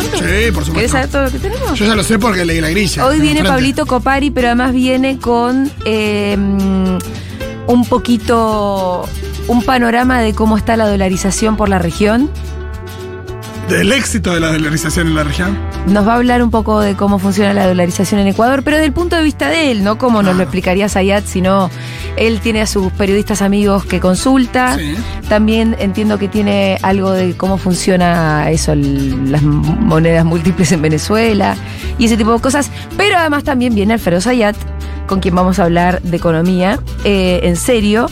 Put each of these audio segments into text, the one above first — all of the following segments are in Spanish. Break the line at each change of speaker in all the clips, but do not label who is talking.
sí, por
¿Querés
supuesto.
saber todo lo que tenemos?
Yo ya lo sé porque leí la grilla.
Hoy viene
enfrente.
Pablito Copari, pero además viene con eh, un poquito, un panorama de cómo está la dolarización por la región.
Del éxito de la dolarización en la región.
Nos va a hablar un poco de cómo funciona la dolarización en Ecuador, pero desde el punto de vista de él, no como nos lo explicaría Sayat, sino él tiene a sus periodistas amigos que consulta.
Sí.
También entiendo que tiene algo de cómo funciona eso, el- las monedas múltiples en Venezuela y ese tipo de cosas. Pero además también viene Alfredo Sayat, con quien vamos a hablar de economía eh, en serio.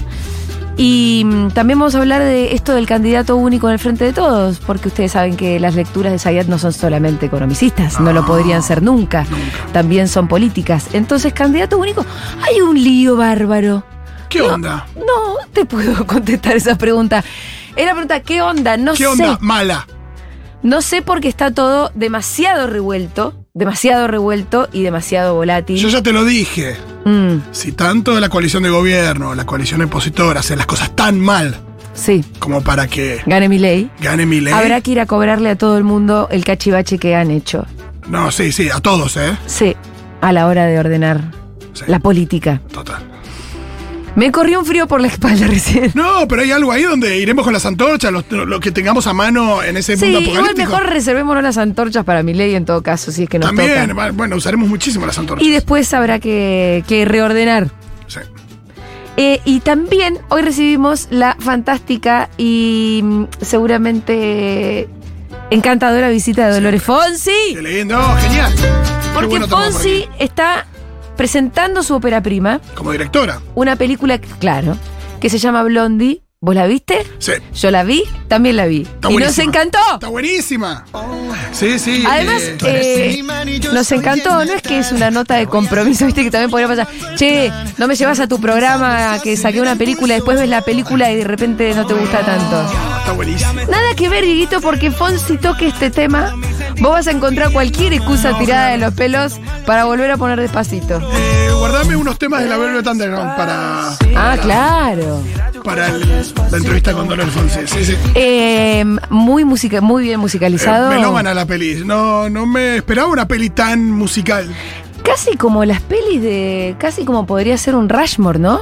Y mm, también vamos a hablar de esto del candidato único en el frente de todos, porque ustedes saben que las lecturas de Sayat no son solamente economicistas, no lo podrían ser nunca, también son políticas. Entonces, candidato único, hay un lío bárbaro.
¿Qué onda?
No te puedo contestar esa pregunta. Es la pregunta, ¿qué onda? No
¿Qué
sé.
onda mala?
No sé porque está todo demasiado revuelto, demasiado revuelto y demasiado volátil.
Yo ya te lo dije.
Mm,
Si tanto la coalición de gobierno, la coalición opositora, hacen las cosas tan mal
sí,
como para que
gane mi ley.
gane mi ley.
Habrá que ir a cobrarle a todo el mundo el cachivache que han hecho.
No, sí, sí, a todos, ¿eh?
Sí, a la hora de ordenar
Sí,
la política.
total.
Me corrió un frío por la espalda recién.
No, pero hay algo ahí donde iremos con las antorchas, los- lo, que tengamos a mano en ese
Sí,
mundo
igual
apocalíptico.
mejor reservémonos las antorchas para mi ley en todo caso, si es que nos
También,
toca.
va- bueno, usaremos muchísimo las antorchas.
Y después habrá que- que reordenar.
Sí.
Eh, y también hoy recibimos la fantástica y mm, seguramente encantadora visita de Dolores
Qué
Fonsi.
lindo, genial. Qué
Porque
bueno tenemos por
Fonsi
aquí.
está presentando su ópera prima,
Como directora.
una película, que- claro, que se llama Blondie. ¿Vos la viste?
Sí.
Yo la vi, también la vi. y nos
buenísima.
encantó.
Está buenísima. Sí, sí.
Además,
eh,
eh, nos encantó, no es que es una nota de compromiso, viste que también podría pasar, che, no me llevas a tu programa que saqué una película, después ves la película y de repente no te gusta tanto.
está buenísima.
Nada que ver, Dieguito, porque Fonsi toque este tema. Vos vas a encontrar cualquier excusa tirada de los pelos para volver a poner despacito.
Eh, guardame unos temas de la Velvet Underground para,
Ah, claro.
para el- la entrevista con Dolores Fonsi. Sí, sí.
Eh, muy música, muy bien
Eh,
musicalizado.
melómana la peli. No, no me esperaba una peli tan musical.
Casi como las pelis de. casi como podría ser un Rushmore, ¿no?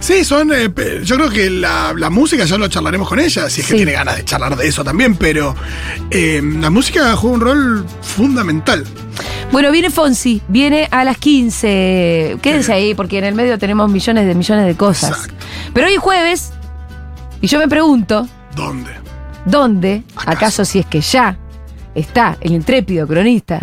Sí, son. eh, pe- yo creo que la, la música ya lo charlaremos con ella, si es que
Sí.
tiene ganas de charlar de eso también, pero eh, la música juega un rol fundamental.
Bueno, viene Fonsi, viene a las 15. Quédense ahí, porque en el medio tenemos millones de millones de cosas.
Exacto.
Pero hoy es jueves, y yo me pregunto,
¿Dónde?
¿Dónde?
¿Acaso?
¿Acaso si es que ya está el intrépido cronista?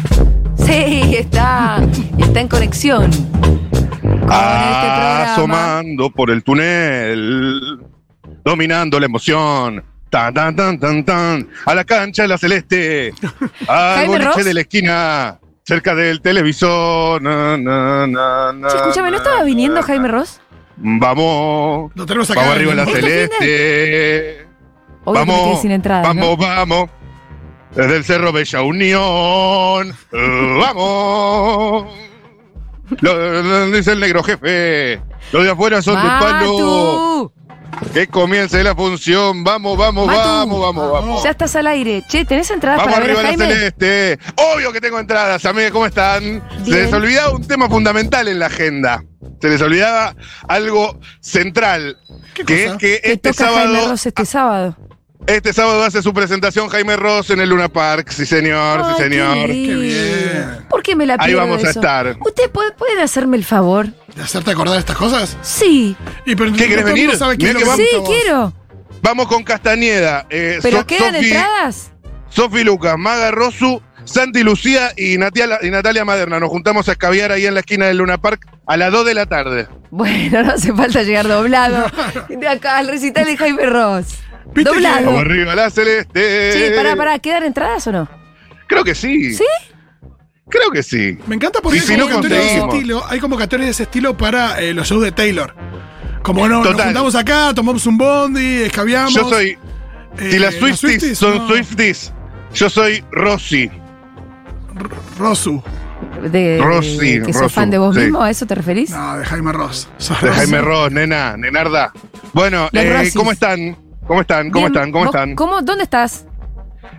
Sí, está. Está en conexión. este programa.
Ah, Asomando por el túnel, dominando la emoción. Tan, tan, tan, tan, tan. A la cancha de la celeste. Al
Jaime
boliche
Ross.
de la esquina. Cerca del televisor. Na, na, na, na,
Che, escúchame, ¿no estaba
na,
viniendo
na.
Jaime Ross?
Vamos.
Lo tenemos acá.
Vamos arriba la
¿Este fin de-
celeste.
Obvio que me quedé
vamos.
sin entrada. ¿no?
vamos, vamos. Desde el Cerro Bella Unión. Eh, vamos. Lo- lo dice el negro jefe. Los de afuera son de palo.
Matu,
Que comience la función. Vamos, vamos,
Matu.
vamos, vamos, vamos.
Ya estás al aire. Che, ¿tenés entradas
Vamos
para ver
arriba
a
la
Jaime?
celeste. Obvio que tengo entradas, amigas, ¿cómo están? Se
Bien.
les olvidaba un tema fundamental en la agenda. Se les olvidaba algo central.
¿Qué
que
cosa?
es que
Que
este
toca Jaime
sábado,
Ross este sábado.
este sábado hace su presentación Jaime Ross en el Luna Park. Sí, señor,
Ay,
sí, señor.
Qué
lindo.
bien.
¿Por qué me la
Ahí
pierdo
vamos a
eso?
estar.
¿Ustedes pueden, pueden hacerme el favor?
¿De hacerte acordar estas cosas?
Sí,
¿Y pero
¿Qué, querés
todo el mundo
venir?
sabe qué
Mirá
es lo
que
que
sí,
te gusta a vos.
quiero.
Vamos con Castañeda. eh,
¿Pero
So-
quedan
Sofi-
entradas?
Sofi Lucas, Maga Rosu, Santi Lucía y Natalia, y Natalia Maderna. Nos juntamos a escabiar ahí en la esquina del Luna Park a las 2 de la tarde.
Bueno, no hace falta llegar doblado de acá al recital de Jaime Ross.
¿Viste
Doblado.
Vamos arriba, la celeste.
Sí, pará, pará, ¿quedan entradas o no?
Creo que Eh, sí.
¿Sí?
Creo que sí.
Me encanta porque
Y si
hay,
no
convocatorias de ese
conseguimos.
estilo, hay convocatorias de ese estilo para eh, los shows de Taylor. Como no, nos
Total.
juntamos acá, tomamos un bondi, escabiamos.
Yo soy.
eh,
si las
los
Swifties, son
no,
Swifties, yo soy Rossi.
Rosu.
De,
Rosy,
¿Que sos
Rosu,
fan de vos
sí.
mismo? ¿A eso te referís?
No, de Jaime Ross. Sos
De
Rosu.
Jaime Ross, nena, nenarda. Bueno,
Los
eh,
Rossis.
¿cómo están? ¿Cómo están? ¿Cómo
Bien,
están? ¿Cómo
¿vos
están?
¿Cómo? ¿Dónde estás?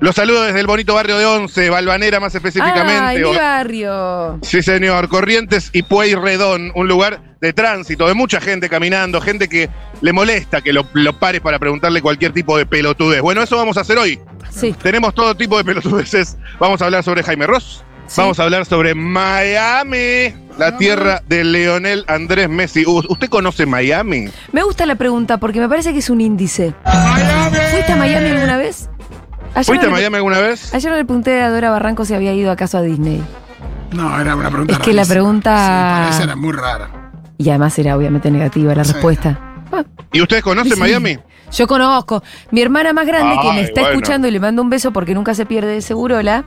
Los saludo desde el bonito barrio de Once, Balvanera más
Ah,
específicamente.
mi
o-
barrio.
Sí, señor. Corrientes y Pueyrredón, un lugar de tránsito, de mucha gente caminando, gente que le molesta que lo, lo pares para preguntarle cualquier tipo de pelotudez. Bueno, eso vamos a hacer hoy.
Sí.
Tenemos todo tipo de pelotudeces. Vamos a hablar sobre Jaime Ross.
Sí. Ah.
Vamos a hablar sobre Miami, la tierra de Leonel Andrés Messi. U- ¿Usted conoce Miami?
Me gusta la pregunta porque me parece que es un índice. ¿Fuiste a Miami alguna vez? Ayer
¿Fuiste a
no le-
Miami alguna vez?
Ayer le pregunté a Dora Barranco si había ido acaso a Disney.
No, era una pregunta
Es que la
rarísima.
pregunta-
Sí, esa era muy rara.
Y además era obviamente negativa la
Sí.
respuesta. Ah,
¿Y ustedes conocen
Sí.
Miami?
Yo conozco. Mi hermana más grande, que me
Ay,
está
bueno.
escuchando y le mando un beso porque nunca se pierde de Segurola,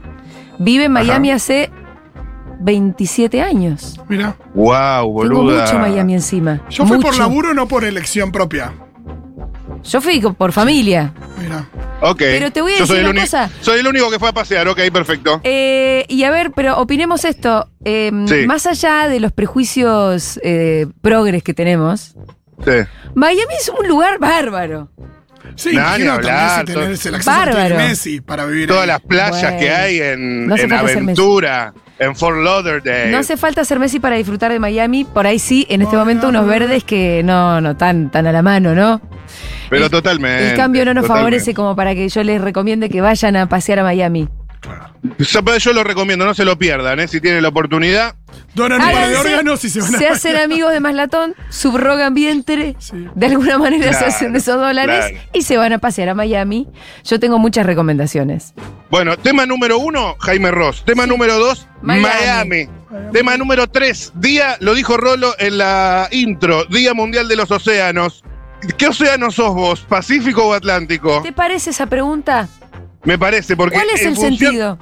vive en Miami
Ajá.
hace 27 años.
Mira,
Wow, boluda.
Tengo mucho Miami encima.
yo fui por
Mucho.
laburo, no por elección propia.
Yo fui co- por familia.
Mira,
Ok.
Pero te voy a
Yo soy
decir
el
una
uni-
cosa.
Soy el único que fue a pasear, ok, perfecto.
Eh, y a ver, pero opinemos esto. Eh,
Sí.
Más allá de los prejuicios eh, progres que tenemos,
Sí.
Miami es un lugar bárbaro.
sí,
No,
imagino
ni hablar,
también si tenés
todo-
el acceso a
Bárbaro.
Messi para vivir
Todas
ahí.
las playas
Bueno.
que hay en,
No hace
en
falta ser Messi.
Aventura, en Fort Lauderdale.
No hace falta ser Messi para disfrutar de Miami. Por ahí sí, en este
Hola,
momento unos
hola.
verdes que no, no tan, tan a la mano, ¿no?
Pero
el-
totalmente.
El cambio no nos
totalmente.
favorece como para que yo les recomiende que vayan a pasear a Miami.
Claro.
pues, Yo- Yo lo recomiendo, no se lo pierdan, ¿eh? si tienen la oportunidad.
Donan un par de
Háganse-
órganos y se van a...
se hacen amigos de Maslatón, subrogan vientre,
Sí.
de alguna manera se
Claro,
hacen de esos dólares
claro.
y se van a pasear a Miami. Yo tengo muchas recomendaciones.
Bueno, tema número uno, Jaime Ross. Tema número dos,
Miami.
Miami. Tema número tres, día, lo dijo Rolo en la intro, Día Mundial de los Océanos. ¿Qué océano sos vos, Pacífico o Atlántico?
¿Te parece esa pregunta?
Me parece, porque.
¿Cuál es
en
el
función-
sentido?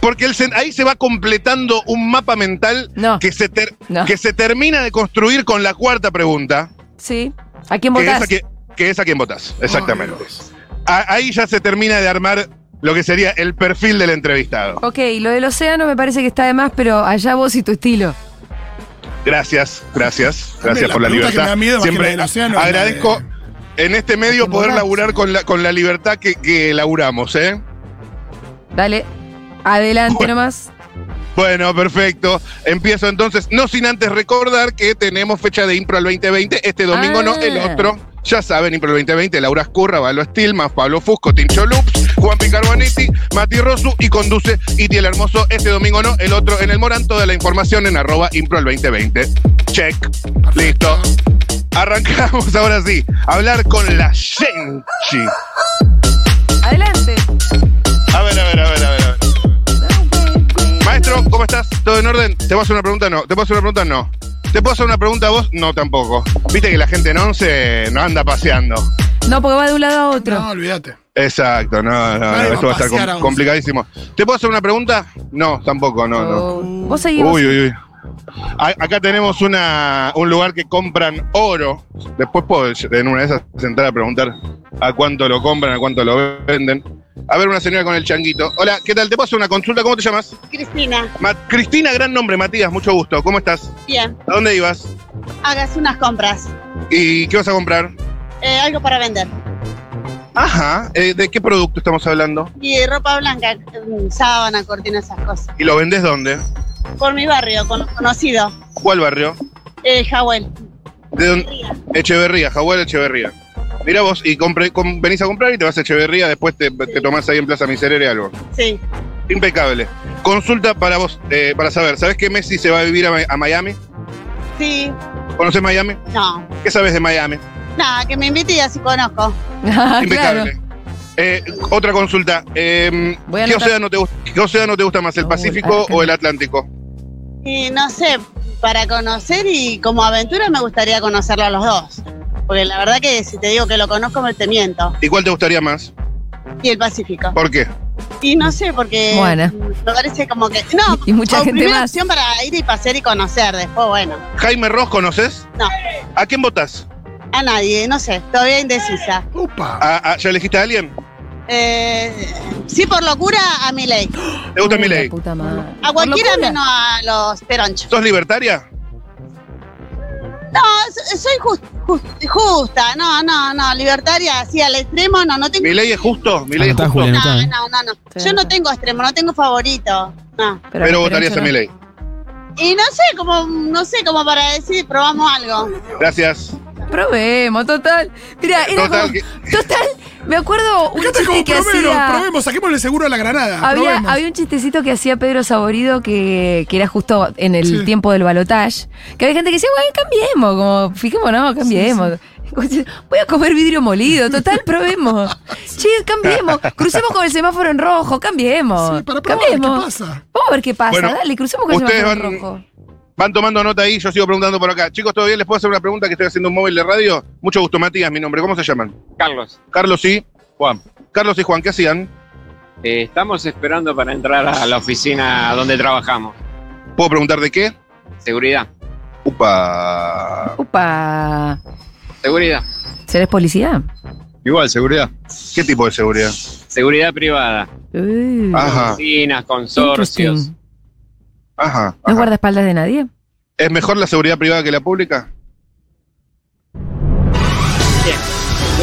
Porque el sen- ahí se va completando un mapa mental
No.
que, se ter-
No.
que se termina de construir con la cuarta pregunta.
Sí. ¿A quién
Que es,
votás?
a que, que es a quien votás, exactamente.
Ay, Dios.
A- ahí ya se termina de armar lo que sería el perfil del entrevistado.
Ok, lo del océano me parece que está de más, pero allá vos y tu estilo.
Gracias, gracias, gracias
la
por la
pregunta
libertad.
que me da miedo es que
Siempre
la del océano es la
agradezco en este medio
que
poder
morarse.
laburar con la, con la libertad que, que laburamos, ¿eh?
Dale, adelante
Bueno.
nomás.
Bueno, perfecto. Empiezo entonces, no sin antes recordar que tenemos fecha de Impro al 2020, este domingo no, el
Ah.
otro. Ya saben, Impro al 2020, Laura Escurra, Valo Stilman, Pablo Fusco, Tincho Lups, Juan Picarbonetti, Mati Rosu y conduce Iti el Hermoso, este domingo no, el otro en el Morán. Toda la información en arroba Impro al 2020. Check. Listo. Arrancamos ahora sí, a hablar con la Genchi.
Adelante.
A ver, a ver, a ver, a ver. a ver. Maestro, ¿cómo estás? ¿Todo en orden? ¿Te puedo hacer una pregunta? No. ¿Te puedo hacer una pregunta? No. ¿Te puedo hacer una pregunta a vos? No, tampoco. Viste que la gente en once no anda paseando.
No, porque va de un lado a otro.
No, olvídate.
Exacto, no, no, no,
Nadie va
esto va a estar
a pasear
com-
a once.
complicadísimo. ¿Te puedo hacer una pregunta? No, tampoco, no, no.
Oh, Vos seguís.
Uy, uy, uy. A- acá tenemos una, un lugar que compran oro. Después puedo en una de esas entrar a preguntar a cuánto lo compran, a cuánto lo venden. A ver, una señora con el changuito. Hola, ¿qué tal? ¿Te puedo hacer una consulta? ¿Cómo te llamas?
Cristina,
Ma- Cristina, gran nombre, Matías, mucho gusto. ¿Cómo estás?
bien,
¿A dónde ibas?
hagas unas compras,
¿Y qué vas a comprar?
eh, algo para vender.
Ajá, eh, ¿de qué producto estamos hablando?
Y ropa blanca, mm, sábana, cortina, esas cosas.
¿Y lo vendes dónde?
Por mi barrio, con conocido,
¿Cuál barrio?
eh, Jawel.
¿De dónde? Echeverría, Jaguar Echeverría. Mira vos, y compre- com- venís a comprar y te vas a Echeverría, después te, te tomás ahí en Plaza Miserere algo.
Sí,
Impecable. Consulta para vos, eh, para saber, ¿sabés que Messi se va a vivir a, Mi- a Miami?
sí,
¿Conoces Miami?
no.
¿Qué sabes de Miami?
Nada, que me invite y así conozco.
Ah, claro.
Impecable. Eh, otra consulta. eh,
Voy a
¿qué,
anotar.
océano te, gust- qué océano te gusta más, el
Uy,
Pacífico
acá.
o el Atlántico?
Y no sé, para conocer y como aventura me gustaría conocerlo a los dos. Porque la verdad que si te digo que lo conozco me te miento.
¿Y cuál te gustaría más?
Y el Pacífico.
¿Por qué?
Y no sé, porque
Bueno.
mm, me parece como que... No,
Y mucha
como
gente
primera
más.
opción para ir y pasear y conocer. Después, bueno,
¿Jaime Ross conoces?
No.
¿A quién votas?
a nadie, no sé, todavía indecisa.
Opa.
¿A, a- ya elegiste a alguien?
Eh, sí, por locura a mi ley.
¿Te gusta mi
Uy, la
ley?
puta madre.
A
Por
cualquiera
locura.
menos a los peronchos.
¿Sos libertaria?
No, so- soy jus- jus- justa, no, no, no, libertaria, así al extremo, no, no tengo...
Mi ley es justo, mi ley es
Anotá,
justo.
Julián.
No,
Anotá, eh.
no, no, no.
Sí,
Yo no
sí.
tengo extremo, no tengo favorito. No.
Pero votarías
Nacho
a
no.
mi ley.
Y no sé, como, no sé, como para decir, probamos algo.
Gracias.
Probemos, total. Mira, era
Total,
como-
que-
total, me acuerdo un
Acá está
chiste
como
que
probemos,
hacía...
probemos, saquémosle seguro a la granada.
Había,
probemos.
había un chistecito que hacía Pedro Saborido que, que era justo en el
Sí.
tiempo del balotage. Que había gente que decía, bueno, cambiemos, como fijémonos, cambiemos. Voy a comer vidrio molido, total, probemos. Che, cambiemos, crucemos con el semáforo en rojo, cambiemos.
Sí, para probar qué
cambiemos.
pasa.
Vamos a ver qué pasa,
Bueno,
dale, crucemos con el
ustedes
semáforo en
van-
rojo.
Van tomando nota ahí, yo sigo preguntando por acá. Chicos, ¿todo bien? ¿Les puedo hacer una pregunta que estoy haciendo un móvil de radio? Mucho gusto, Matías, mi nombre. ¿Cómo se llaman?
Carlos,
Carlos y...
Juan,
Carlos y Juan, ¿qué hacían?
eh, estamos esperando para entrar a la oficina donde trabajamos.
¿Puedo preguntar de qué?
Seguridad,
Upa.
Upa,
seguridad.
¿serás policía?
Igual, seguridad.
¿Qué tipo de seguridad?
Seguridad privada,
Uh,
Ajá.
oficinas, consorcios.
interesting.
Ajá.
¿No es
ajá.
guardaespaldas de nadie?
¿Es mejor la seguridad privada que la pública?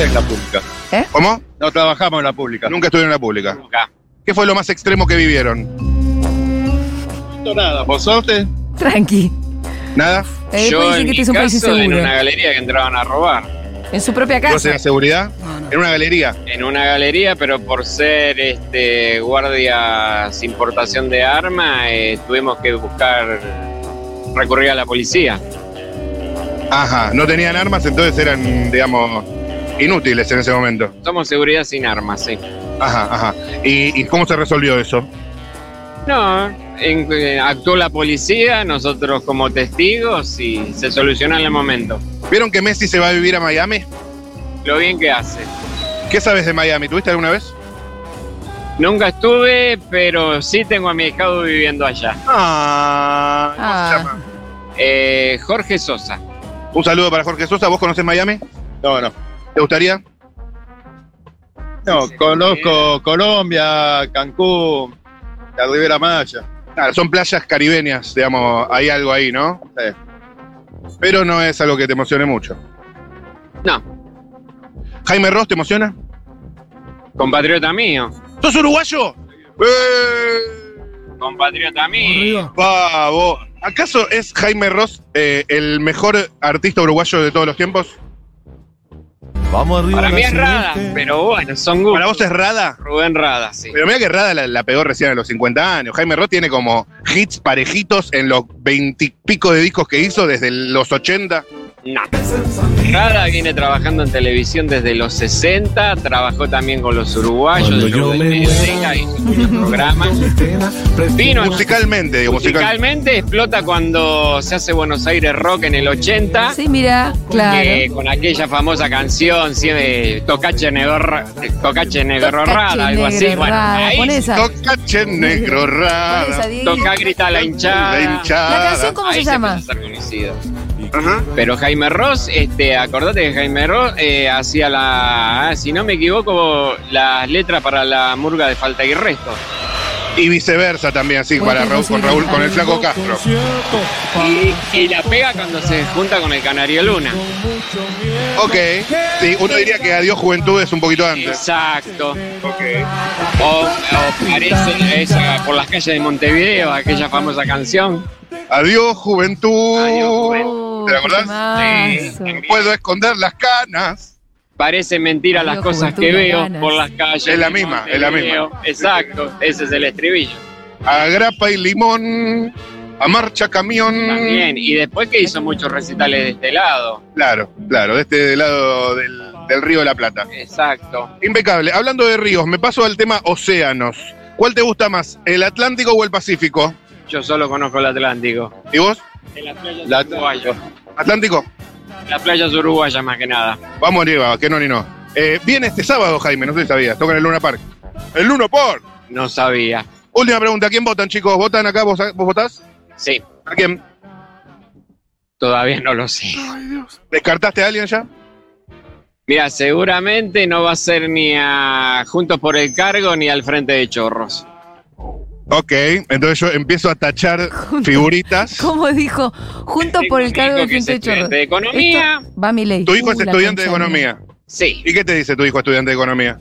es la pública?
¿Eh?
¿Cómo?
No trabajamos en la pública.
Nunca estuvieron en la pública.
Nunca.
¿Qué fue lo más extremo que vivieron?
Nada, por suerte.
Tranqui.
¿Nada?
Eh,
Yo
puede decir
en
que
mi
este es un país
caso, en
inseguro.
una galería que entraban a robar.
En su propia
¿Vos en
casa.
la seguridad?
No, no.
En una galería.
En una galería, pero por ser este, guardias importación de arma, eh, tuvimos que buscar recurrir a la policía.
Ajá. No tenían armas, entonces eran, digamos, inútiles en ese momento.
Somos seguridad sin armas, sí.
Ajá, ajá. ¿Y, y cómo se resolvió eso?
No, en- eh, actuó la policía, nosotros como testigos y se solucionó en el momento.
¿Vieron que Messi se va a vivir a Miami?
Lo bien que hace.
¿Qué sabes de Miami? ¿Tuviste alguna vez?
Nunca estuve, pero sí tengo a mi hijado viviendo allá.
Ah, ¿cómo
Ah.
se llama?
Eh, Jorge Sosa.
Un saludo para Jorge Sosa. ¿Vos conocés Miami?
No, no.
¿Te gustaría?
No, conozco Colombia, Cancún, la Ribera Maya.
Claro, son playas caribeñas, digamos, hay algo ahí, ¿no?
Sí.
Pero no es algo que te emocione mucho.
No,
Jaime Ross, ¿te emociona?
compatriota mío.
¿Sos uruguayo? ¡Eh!
Compatriota mío.
Corrido.
Pavo. ¿Acaso es Jaime Ross eh, el mejor artista uruguayo de todos los tiempos?
Vamos arriba.
Para mí es
la
Rada,
celeste.
pero bueno, son gustos.
Para vos es Rada.
Rubén Rada, sí.
Pero mira que Rada la, la pegó recién a los 50 años. Jaime Ross tiene como hits parejitos en los 20 y pico de discos que hizo desde los 80.
No. Rada viene trabajando en televisión desde los 60, trabajó también con los uruguayos,
Cuando
del
yo
Club
me
del Mediodía, hizo varios programas. Vino
Musicalmente, digo, musical.
musicalmente, explota cuando se hace Buenos Aires Rock en el 80.
Sí, mira, claro.
que con aquella famosa canción, sí, de Tocache Negro, Tocache Negro
Tocache
Rada, algo así.
Negro
bueno,
Rada,
ahí
pon esa.
Tocache negro
Pon esa,
Rada.
Diego.
toca, grita la hinchada.
La hinchada.
La canción, ¿cómo
Ahí
se llama?
empieza a ser conocido.
Ajá.
Pero Jaime Ross, este, acordate que Jaime Ross eh, hacía la, ah, si no me equivoco, las letras para la murga de falta y resto.
Y viceversa también, sí,
Bueno,
para Raúl,
sí,
con Raúl, con el flaco Castro.
Y, y la pega cuando se junta con el Canario Luna.
Ok. Sí, uno diría que Adiós Juventud es un poquito antes.
Exacto.
Ok.
O, o parece esa por las calles de Montevideo, aquella famosa canción.
Adiós Juventud.
Adiós, Juventud.
Oh,
¿Te acordás?
qué temazo.
Puedo esconder las canas.
Parece mentira las
Adiós,
cosas
juventud,
que
no
veo
ganas.
por las calles.
Es la
de
misma, es la misma.
Montevideo. Exacto, ese es el estribillo.
A grapa y limón. A marcha camión.
Mm.
También. Y después que hizo muchos recitales de este lado.
Claro, claro, de este lado del, del río de la Plata.
Exacto.
Impecable. Hablando de ríos, me paso al tema océanos. ¿Cuál te gusta más, el Atlántico o el Pacífico?
Yo solo conozco el Atlántico.
¿Y vos?
De las playas
La-
uruguayas.
¿Atlántico?
Las playas uruguayas más que nada.
Vamos arriba, que no ni no. Eh, viene este sábado, Jaime, no sé si sabías, toca en el Luna Park. ¡El Luna Park!
No sabía.
Última pregunta, ¿quién votan, chicos? ¿Votan acá? ¿Vos, vos votás?
Sí,
¿A quién?
todavía no lo sé.
¿Descartaste a alguien ya?
Mira, seguramente no va a ser ni a Juntos por el Cargo ni al Frente de Chorros.
Ok, entonces yo empiezo a tachar figuritas.
Como dijo, juntos por el cargo
de
del Quinteto de
de economía.
Esto va mi ley. Uh,
Tu hijo es estudiante de economía.
Sí.
¿Y qué te dice tu hijo estudiante de economía?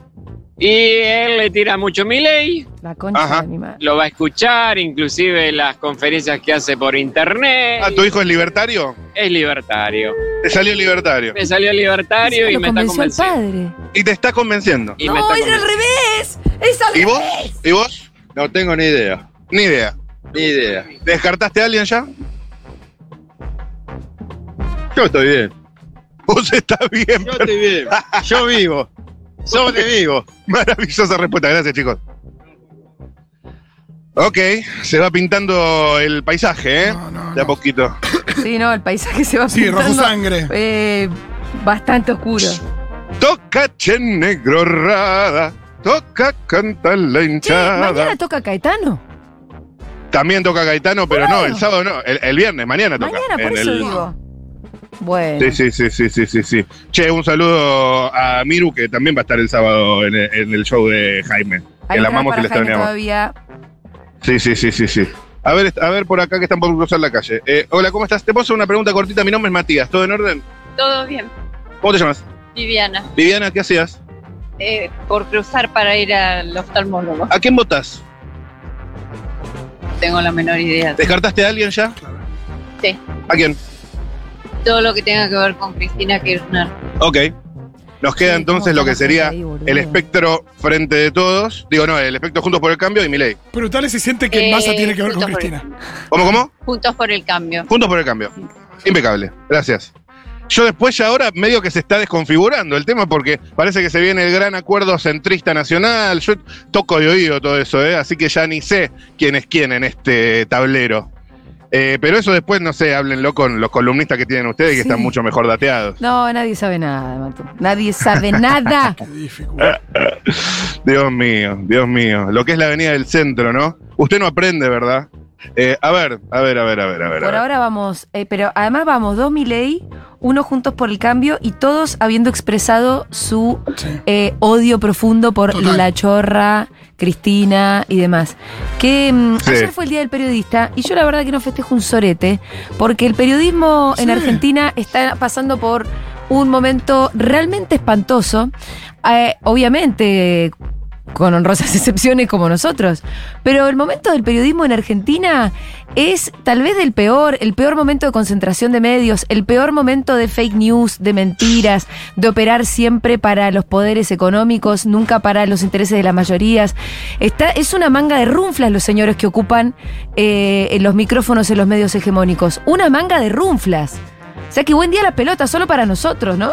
Y él le tira mucho mi ley,
La concha
Ajá.
de mi madre.
lo va a escuchar, inclusive las conferencias que hace por internet.
Ah, ¿tu hijo es libertario?
Es libertario.
Te salió libertario.
Me salió libertario
Eso
y
lo
me está
convenció el
convenciendo.
padre.
Y te está convenciendo.
Y me
no,
está
es al
convenciendo.
revés. Es al
¿Y vos?
revés.
¿Y vos?
No tengo ni idea.
Ni idea.
Ni idea.
¿Descartaste a alguien ya?
Yo estoy bien.
Vos estás bien.
Yo estoy bien. Yo vivo. Sobrevivo.
Maravillosa respuesta. Gracias, chicos. Ok, se va pintando el paisaje, ¿eh?
No, no,
De a
no.
poquito.
Sí, no, el paisaje se va
Sí, rojo
pintando,
sangre.
eh, bastante oscuro.
Toca che negro rada, toca canta la
Che, mañana
hinchada.
toca Caetano.
También toca Gaetano, pero no,
Claro.
el sábado no, el, el viernes, mañana toca.
Mañana, por
En
eso
el-
digo. Bueno.
Sí, sí, sí, sí, sí, sí, sí. Che, un saludo a Miru, que también va a estar el sábado en el, en el show de Jaime.
Hay
Que
entrada
la amamos,
para
que la
Jaime
extrañamos.
Todavía.
Sí, sí, sí, sí, sí. A ver, a ver por acá que están por cruzar la calle. Eh, hola, ¿cómo estás? Te puedo hacer una pregunta cortita. Mi nombre es Matías. ¿Todo en orden?
Todo bien,
¿Cómo te llamas?
Viviana,
Viviana, ¿qué hacías?
eh, por cruzar para ir al oftalmólogo.
¿A quién votas?
No tengo la menor idea.
¿Descartaste a alguien ya?
Sí.
¿A quién?
Todo lo que tenga que ver con Cristina Kirchner.
Ok. Nos queda
Sí,
entonces
¿cómo
lo que
están
sería
las cosas ahí, boludo?
el espectro frente de todos. Digo, no, el espectro Juntos por el Cambio y Milei.
Preguntale si siente que
Eh,
Massa tiene que ver con
juntos por-
Cristina.
¿Cómo, cómo?
Juntos por el cambio.
Juntos por el Cambio. Impecable. Gracias. Yo después ya ahora medio que se está desconfigurando el tema porque parece que se viene el gran acuerdo centrista nacional. Yo toco de oído todo eso, ¿eh? así que ya ni sé quién es quién en este tablero. Eh, pero eso después, no sé, háblenlo con los columnistas que tienen ustedes, que
Sí.
están mucho mejor dateados.
No, nadie sabe nada, Matu. Nadie sabe nada.
Qué
Eh,
dificultad.
Dios mío, Dios mío. Lo que es la avenida del centro, ¿no? Usted no aprende, ¿verdad? Eh, a ver, a ver, a ver, a ver, a ver. a
Por
ver.
ahora vamos, eh, pero además vamos dos Milei, uno juntos por el cambio y todos habiendo expresado su
Sí.
eh, odio profundo por
Total.
la chorra, Cristina y demás. Que mm,
Sí.
ayer fue el día del periodista y yo la verdad que no festejo un sorete porque el periodismo en
Sí.
Argentina está pasando por un momento realmente espantoso. Eh, obviamente con honrosas excepciones como nosotros. Pero el momento del periodismo en Argentina es tal vez el peor, el peor momento de concentración de medios, el peor momento de fake news, de mentiras, de operar siempre para los poderes económicos, nunca para los intereses de las mayorías. Está, es una manga de runflas los señores que ocupan eh, los micrófonos en los medios hegemónicos. Una manga de runflas. O sea que buen día la pelota, solo para nosotros, ¿no?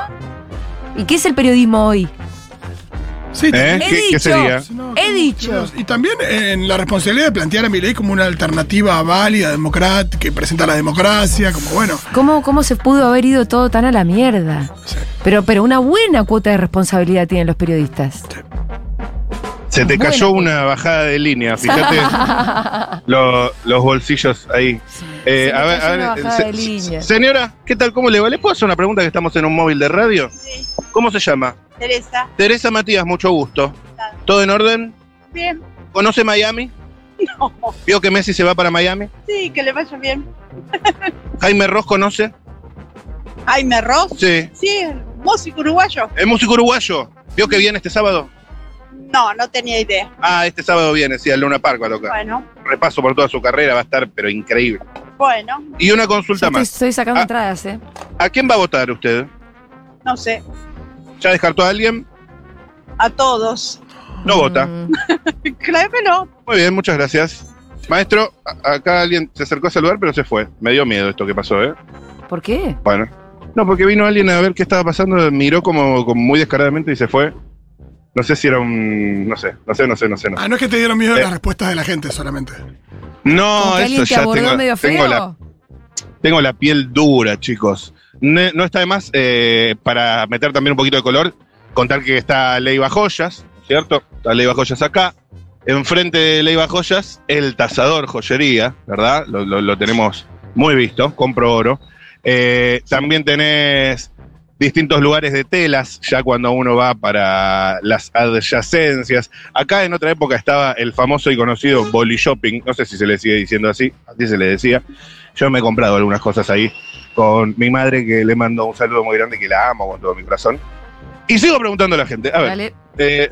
¿Y qué es el periodismo hoy?
Sí,
¿Eh?
He
¿Qué, qué
dicho.
sería?
No,
He
no,
dicho.
no, Y también eh, en la responsabilidad de plantear a mi ley como una alternativa válida, democrática, que presenta la democracia, como bueno.
¿Cómo, ¿Cómo se pudo haber ido todo tan a la mierda?
Sí.
Pero, pero una buena cuota de responsabilidad tienen los periodistas.
Se te
Bueno,
cayó
pues.
una bajada de línea, fíjate. Lo- los bolsillos ahí. Eh,
se me
a ver,
cayó
a ver,
una
eh,
bajada
se-
de línea.
señora, ¿qué tal? ¿Cómo le va? ¿Le puedo hacer una pregunta que estamos en un móvil de radio?
Sí,
¿Cómo se llama?
Teresa.
Teresa Matías, mucho gusto.
Claro.
¿Todo en orden?
Bien.
¿Conoce Miami?
No.
¿Vio que Messi se va para Miami?
Sí, que le vaya bien.
¿Jaime Ross conoce?
Jaime Ross.
Sí.
Sí, músico uruguayo.
¿Es músico uruguayo? ¿Vio que viene este sábado?
No, no tenía idea.
Ah, este sábado viene, sí, al Luna Park va a tocar.
Bueno,
Repaso por toda su carrera, va a estar, pero increíble.
bueno,
Y una
Yo
consulta
estoy,
más.
estoy sacando
Ah.
entradas, ¿eh?
¿A quién va a votar usted?
no sé.
¿Ya descartó a alguien?
A todos.
No vota.
Mm.
Claro que no.
Muy bien, muchas gracias. Maestro, a- acá alguien se acercó a saludar, pero se fue. Me dio miedo esto que pasó, ¿eh?
¿Por qué?
Bueno. No, porque vino alguien a ver qué estaba pasando, miró como, como muy descaradamente y se fue. No sé si era un... No sé, no sé, no sé, no sé. No, sé.
Ah, no es que te dieron miedo
Eh.
las respuestas de la gente solamente.
¿Como
no
que
eso
alguien te
ya
abordó
tengo,
medio feo?
tengo, la, tengo la piel dura, chicos. Ne- No, está de más, eh, para meter también un poquito de color, contar que está Ley Joyas, ¿cierto? Está Ley Joyas acá. Enfrente de Ley Joyas, el tasador joyería, ¿verdad? Lo, lo- lo tenemos muy visto, compro oro. Eh, también tenés distintos lugares de telas, ya cuando uno va para las adyacencias. Acá en otra época estaba el famoso y conocido Boli Shopping, no sé si se le sigue diciendo así, así se le decía. Yo me he comprado algunas cosas ahí con mi madre, que le mando un saludo muy grande, que la amo con todo mi corazón. Y sigo preguntando a la gente, a ver,
Dale.
eh,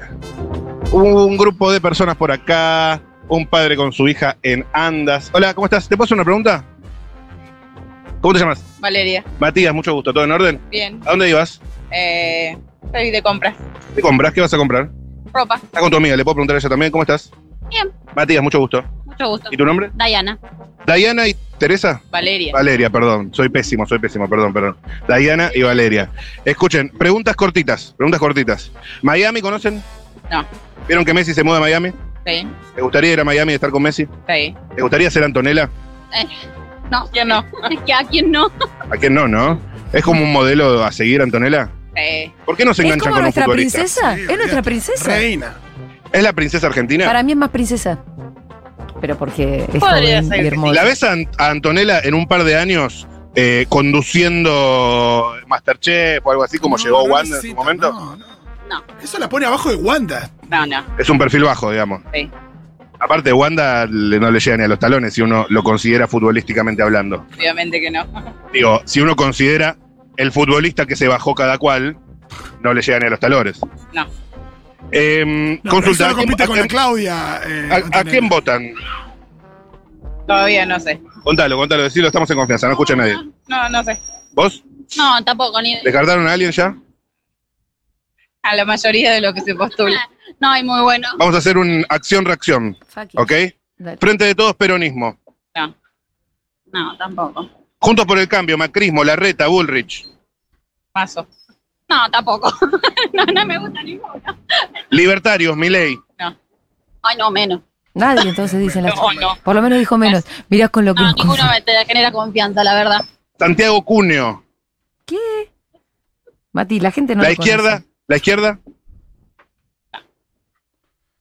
un grupo de personas por acá, un padre con su hija en andas. Hola, ¿cómo estás? ¿Te puedo hacer una pregunta? ¿Cómo te llamas?
Valeria,
Matías, mucho gusto, ¿todo en orden?
bien.
¿A dónde ibas?
Eh, estoy de compras.
¿Qué compras? ¿Qué vas a comprar?
Ropa,
Está con tu amiga, le puedo preguntar a ella también, ¿cómo estás?
Bien.
Matías, mucho gusto.
mucho gusto.
¿Y tu nombre?
Diana,
Diana y Teresa.
Valeria.
Valeria, perdón. Soy pésimo, soy pésimo, perdón, perdón. Diana y Valeria. Escuchen, preguntas cortitas, preguntas cortitas. ¿Miami conocen?
No.
¿Vieron que Messi se muda a Miami?
Sí,
¿Te gustaría ir a Miami y estar con Messi?
sí.
¿Te gustaría ser Antonella?
No, yo no. que ¿A quién no?
¿A quién no, no? ¿Es como un modelo a seguir, Antonella?
Sí.
¿Por qué no se
¿Es
enganchan
como
con los
nuestra
futbolistas?
princesa?
Sí,
¿Es nuestra
olvídate.
princesa?
Reina.
¿Es la princesa argentina?
Para mí es más princesa. Pero porque es
Podría
joven
ser
y
que
hermosa.
¿La ves a, Ant- a Antonella en un par de años eh, conduciendo Masterchef o algo así como
No,
llegó
no
Wanda en su
necesita,
momento?
No, no.
No.
Eso la pone abajo de Wanda.
No, no.
Es un perfil bajo, digamos.
Sí.
Aparte, Wanda le- no le llega ni a los talones si uno lo considera futbolísticamente hablando.
Obviamente que no.
Digo, si uno considera el futbolista que se bajó cada cual, no le llega ni a los talones.
No.
Em,
No,
consulta,
eso no
¿a quién-
compite
a
con la
quién-
Claudia. eh,
a- a
Antonella.
quién votan?
Todavía no sé.
Contalo, contalo, decilo, estamos en confianza, no escucha nadie.
No, no sé.
¿Vos?
No, tampoco, ni
¿Descartaron a alguien ya?
A la mayoría de lo que se postula.
No, y muy bueno.
Vamos a hacer un acción-reacción,
Fuck it.
¿ok?
Dale.
Frente de todos, peronismo.
No, tampoco.
Juntos por el cambio, macrismo, Larreta, Bullrich.
Mazo.
No, tampoco. No, no me gusta ninguno.
Libertarios, Milei.
Ay, no, menos.
Nadie entonces dice la
No, no.
Por lo menos dijo menos. Mirá con lo que
No,
nos
ninguno
conf-
me te genera confianza, la verdad.
Santiago Cuneo.
¿Qué? Mati, la gente no
la
lo
izquierda,
conoce.
la izquierda.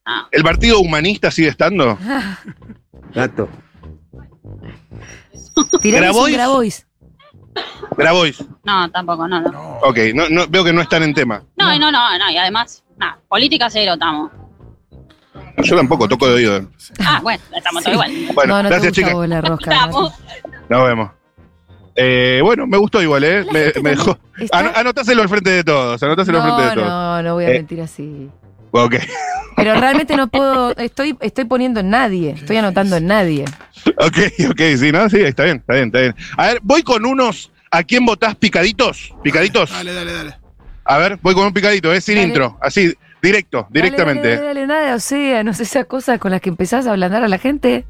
Ah.
¿El partido humanista sigue estando?
Gato.
Tirarles un
Grabois.
Grabois.
Grabois.
No, tampoco, no, no.
No.
Ok, no, no, veo que no están en tema.
No, y no, no, no. Y además, nada, política cero estamos.
Yo tampoco, toco de oído.
Ah, bueno, estamos todos
Sí.
igual.
Bueno,
no, no
gracias
te gusta
chicas.
a vos la rosca.
Estamos.
Mati.
Nos vemos. Eh, bueno, me gustó igual, ¿eh?
La
Me,
gente
me dejó.
también está-
Ano- anotáselo al frente de todos. Anotáselo al frente de
Ah, No,
todos.
no, no voy a
Eh.
mentir así.
Ok.
Pero realmente no puedo, estoy, estoy poniendo en nadie, estoy anotando en nadie.
Ok, ok, sí, ¿no? Sí, está bien, está bien, está bien. A ver, voy con unos. ¿A quién votás picaditos? ¿Picaditos?
Dale, dale, dale.
A ver, voy con un picadito, ¿eh? Sin
Dale.
intro. Así, directo, directamente.
Dale, dale, dale, nada, o sea, no sé esas cosas con las que empezás a ablandar a la gente.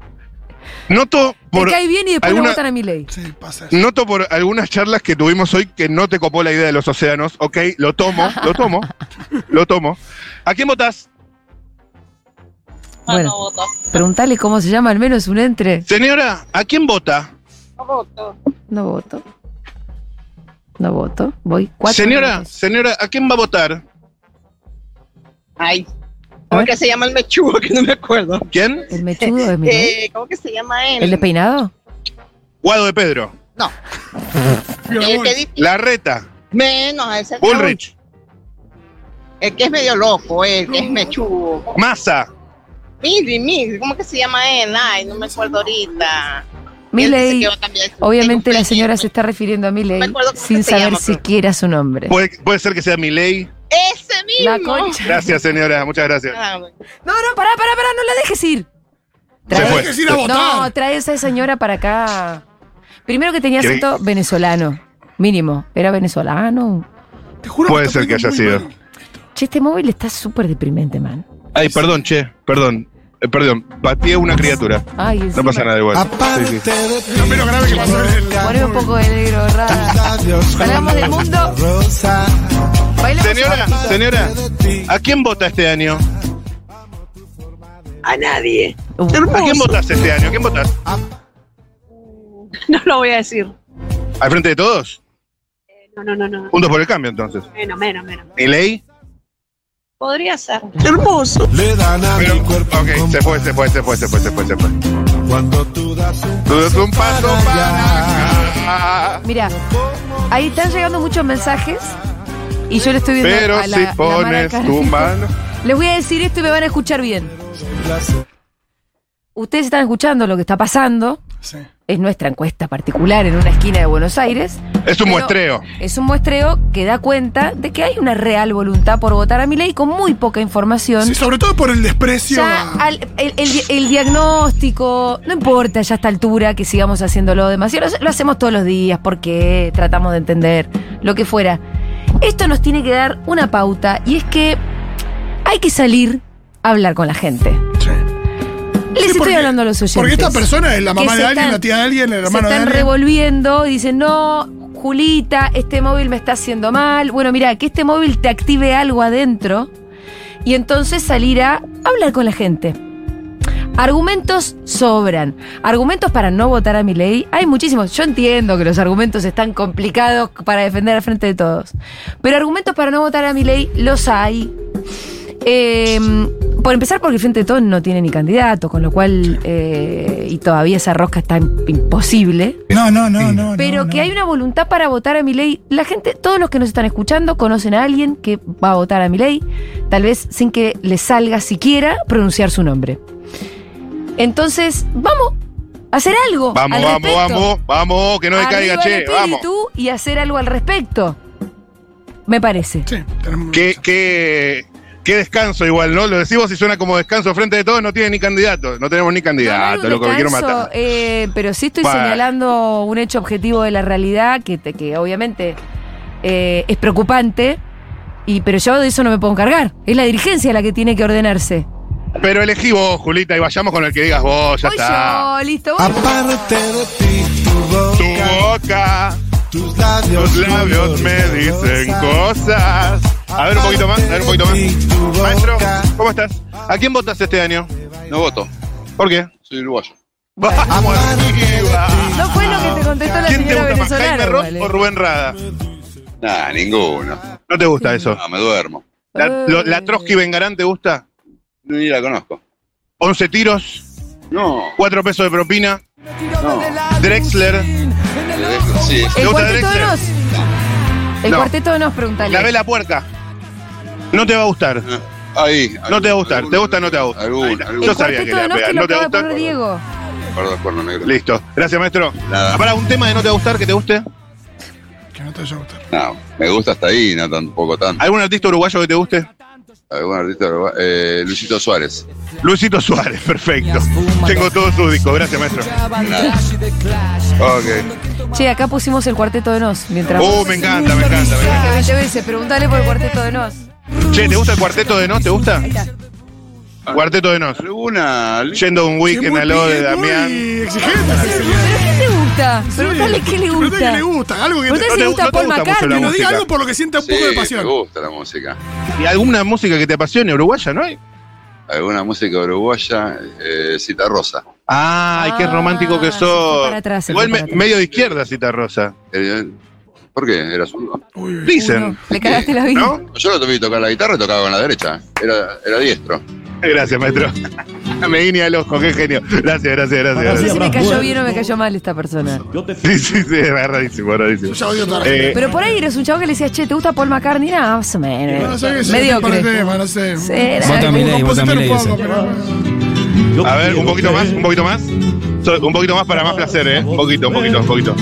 Noto por.
Te cae bien y después
alguna-
lo votan a mi ley.
Sí, pasa. eso.
Noto por algunas charlas que tuvimos hoy que no te copó la idea de los océanos. Ok, lo tomo, lo tomo, lo tomo. ¿A quién votás?
No,
Ah,
Bueno.
no voto.
Preguntale cómo se llama, al menos un entre.
Señora, ¿a quién vota?
No voto.
No voto. No voto. Voy. Cuatro
señora,
votos.
señora, ¿a quién va a votar?
Ay.
A
¿Cómo
ver.
que se llama el mechugo? Que no me acuerdo.
¿Quién?
¿El mechudo es mi ley?
Eh, ¿Cómo que se llama él?
¿El despeinado?
Guado de Pedro.
Fíjate,
El
vos.
que dice
Larreta.
menos, ese
Bullrich.
el que es medio loco, el que es mechudo.
Massa.
Miri, Miri, ¿cómo que se llama él? Ay, no me acuerdo ahorita.
Mi
Él dice
ley.
que va a cambiar su-
Obviamente
tiene
la
un
señora
peñe.
se está refiriendo a mi ley
Me acuerdo cómo
sin
se
saber
llama, pero-
siquiera su nombre.
Puede, puede ser que sea mi ley.
Ese
La
mismo.
concha.
Gracias, señora. Muchas gracias.
Ah, bueno.
No, no, pará, pará, pará, no la dejes ir.
Se
Tenés
fue.
que ir a
No,
votar.
trae a esa señora para acá. Primero que tenía
¿Quiere-
acento venezolano, mínimo. Era venezolano.
Te juro
Puede
está
ser que haya
poniendo muy
sido.
mal.
Che, este móvil está súper deprimente, man.
Ay, perdón, che. Perdón. Eh, perdón. Pateé una criatura.
Ay, encima,
No pasa nada igual. Sí, sí.
Lo menos grave que pasó en el.
Poneme un poco de negro, rara. Hablamos del mundo. Bailemos.
Señora, señora, ¿a quién vota este año?
A nadie.
Uh,
¿A quién votás este año? ¿A quién votás?
No lo voy a decir.
¿Al frente de todos?
No, no, no, no.
Juntos por el cambio, entonces.
Menos, menos, menos.
¿Mi ley?
Podría ser.
Hermoso.
Le dan a
Pero,
mi cuerpo.
ok, se fue, se fue, se fue, se fue, se fue, se fue.
Cuando tú das un
Tú das un paso para acá.
Mira, ahí están llegando muchos mensajes y yo le estoy viendo
Pero
a la,
si
la mala
pones
cara.
tu mano.
Les voy a decir esto y me van a escuchar bien. Ustedes están escuchando lo que está pasando.
Sí.
Es nuestra encuesta particular en una esquina de Buenos Aires.
Es un
Pero
muestreo.
Es un muestreo que da cuenta de que hay una real voluntad por votar a mi ley con muy poca información.
Sí, sobre todo por el desprecio.
Ya ah,
a-
al- el, el di- el diagnóstico, no importa ya a esta altura que sigamos haciéndolo demasiado, lo, lo hacemos todos los días porque tratamos de entender lo que fuera. Esto nos tiene que dar una pauta y es que hay que salir a hablar con la gente.
Sí.
Les
Sí,
estoy
porque-
hablando a los oyentes.
Porque esta persona es la
que
mamá
se
de alguien,
están-
la tía de alguien, el
se
hermano de
están
alguien.
revolviendo y dicen, no, Julita, este móvil me está haciendo mal. Bueno, mira, que este móvil te active algo adentro y entonces salir a hablar con la gente. Argumentos sobran. Argumentos para no votar a mi ley. Hay muchísimos. Yo entiendo que los argumentos están complicados para defender al frente de todos. Pero argumentos para no votar a mi ley los hay. Eh, por empezar, porque el Frente de Todos no tiene ni candidato, con lo cual, eh, y todavía esa rosca está im- imposible.
No, no, no, no.
Pero que hay una voluntad para votar a mi ley. La gente, todos los que nos están escuchando, conocen a alguien que va a votar a mi ley, tal vez sin que le salga siquiera pronunciar su nombre. Entonces, vamos a hacer algo.
Vamos,
al
vamos,
respecto.
vamos, vamos, que no
Arriba
decaiga,
el
che, vamos.
espíritu Y hacer algo al respecto. Me parece.
Sí, tenemos-
Qué, qué- qué descanso igual, ¿no? Lo decimos y suena como descanso. Frente de todos no tiene ni candidato. No tenemos ni
No, no
candidato,
era un
loco, me quiero
descanso,
matar.
eh, pero sí estoy
Pa.
señalando un hecho objetivo de la realidad que, te- que obviamente eh, es preocupante, y, pero yo de eso no me puedo encargar. Es la dirigencia la que tiene que ordenarse.
Pero elegí vos, Julita, y vayamos con el que digas vos, ya
Voy
está.
yo, listo, voy.
Aparte de ti, tu
Tu
boca,
boca,
tus labios,
tus labios me dicen cosas. A ver un poquito más, a ver un poquito más. Maestro, ¿cómo estás? ¿A quién votas este año?
No voto.
¿Por qué?
Soy uruguayo.
Vamos arriba.
No fue lo que te contestó la
Ah. ¿Quién te
señora
gusta más, Jaime
venezolana.
Ross
igual, eh.
o Rubén Rada?
Nah, ninguno.
No te gusta eso.
No, me duermo.
¿La, lo-
Eh,
la Trotsky Vengarán te gusta?
Ni la conozco.
11 tiros,
No.
4 pesos de propina,
No.
Drexler,
Sí.
¿Te
El
gusta
cuarteto de
Drexler?
nos. El
No.
cuarteto de nos, preguntale.
La vela puerca. No te va a gustar.
Ah. Ahí.
No te va a gustar. ¿Te gusta o no te va a gustar? Ahí
Alguno,
está.
alguno.
el
Yo sabía
cuarteto
que
de
la
nos que
pega.
lo
¿No te va a
acaba de
gustar?
poner Diego.
Perdón, cuerno negro.
Listo. Gracias, maestro.
Nada.
Para un tema de no te va a gustar que te guste.
Que no te vaya a gustar.
No, me gusta hasta ahí, no tampoco tanto.
¿Algún artista uruguayo que te guste?
Algún artista, uruguayo, eh, Luisito Suárez.
Luisito Suárez, perfecto. Tengo todos sus discos. Gracias, maestro.
Nada.
Ah.
Ok.
Che, acá pusimos el cuarteto de nos mientras.
Uh, me encanta, me encanta. me encanta.
20 veces, preguntale por el cuarteto de nos.
Che, ¿te gusta el cuarteto de Nos? ¿Te gusta? Cuarteto de Nos.
¿Alguna?
Yendo un
Sí,
weekend
muy
a lo de
bien,
Damián.
muy exigente. la
¿Pero
exigente.
qué te gusta?
Sí.
Preguntale qué le gusta.
Preguntale qué le gusta. Algo que,
Preguntale
te-
si le
te-
gusta
no te
Paul
gusta mucho la
que
McCartney.
nos diga
música.
algo por lo que sienta un
Sí, uh.
poco de
me
pasión.
gusta la música.
¿Y alguna música que te apasione uruguaya, no hay?
Alguna música uruguaya, eh, Cita Rosa.
Ay, qué
Ah,
romántico que
se fue
sos.
para atrás, se
Igual
fue
me-
para atrás.
medio de izquierda, Cita Rosa.
Eh, ¿Por qué? ¿Era zurdo?
Uy,
Dicen,
Uno, Le cagaste la vida.
¿no?
Yo lo tuve que tocar la guitarra y tocaba con la derecha. Era, era diestro.
Gracias, maestro. me guiña el ojo, qué genio. Gracias, gracias, gracias.
No sé si
gracias.
me cayó bien o me cayó mal esta persona.
Sí, sí, sí, es rarísimo, rarísimo.
ya odio a toda la gente.
Eh,
Pero por ahí eres un chavo que le decías, che, ¿te gusta Paul McCartney? Nada, más o
No
menos.
sé qué sé, para el
Mediocre.
tema, no sé.
Sí,
Un
Vota
a Milei, vota a
compositor
Milei
un
ese.
poco, pero-
a ver, un poquito más, un poquito más. So- Un poquito más para más placer, ¿eh? Un poquito, un poquito, un poquito.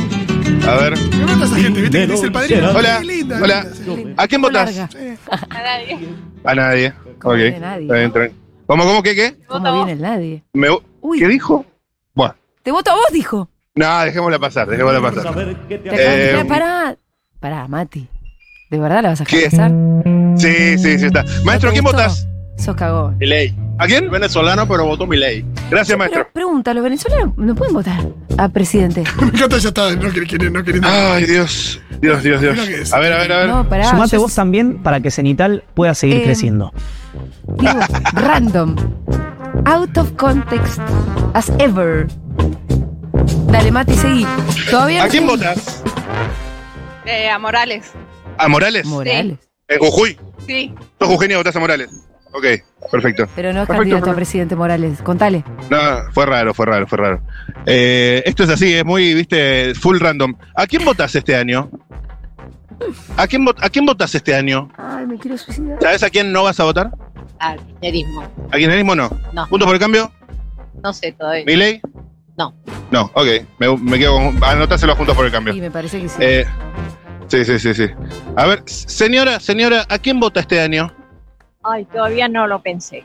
A ver.
Me mata esa gente, ¿viste? Que dice el padrino.
Hola,
Qué linda,
hola.
linda, sí.
¿A quién
Larga.
votás?
A nadie.
A nadie.
¿Cómo
Ok.
que nadie?
Está bien, está bien. ¿Cómo, cómo, qué, qué?
Vota
¿Cómo
vos.
viene el nadie?
Me-
Uy.
¿Qué dijo? Bueno,
Te voto a vos, dijo.
nada, dejémosla pasar, dejémosla pasar.
Te acabas de
Eh,
tirar- Pará, pará, Mati. ¿De verdad la vas a
¿Qué?
dejar pasar?
Sí, sí, sí está. Maestro, ¿a quién
gustó?
votás?
Sos cagón.
Mi ley.
¿A quién?
Venezolano, pero votó mi ley.
Gracias, maestro.
Pero pregunta, ¿los venezolanos no pueden votar a presidente?
Me encanta, ya está. No quiere, quiere- no quiere nada.
Ay, Dios. Dios, Dios, Dios. A ver, a ver, a ver.
No, pará.
Sumate
yo-
vos también para que Cenital pueda seguir
Eh,
creciendo.
Digo, random. Out of context as ever. Dale, Mati, seguí. Todavía
¿A
no
quién
seguí.
votas?
Eh, a Morales.
¿A Morales?
Morales.
¿En Jujuy?
Sí.
¿Sos jujeña votás a Morales? Ok, perfecto.
Pero no es
Perfecto,
candidato a
Fernando.
presidente Morales. Contale.
No, fue raro, fue raro, fue raro. Eh, esto es así, es muy, viste, full random. ¿A quién votas este año? ¿A quién, vot- ¿A quién votas este año?
Ay, me quiero suicidar.
¿Sabes a quién no vas a votar?
Al kirchnerismo.
¿A quién mismo no?
No.
¿Punto por el cambio?
No sé todavía.
¿Miley?
No.
No, ok. Me, me quedo con. Anotáselo a juntos por el cambio.
Y me parece que sí.
Eh, sí, sí, sí, sí. A ver, señora, señora, ¿a quién vota este año?
Ay, todavía no lo pensé.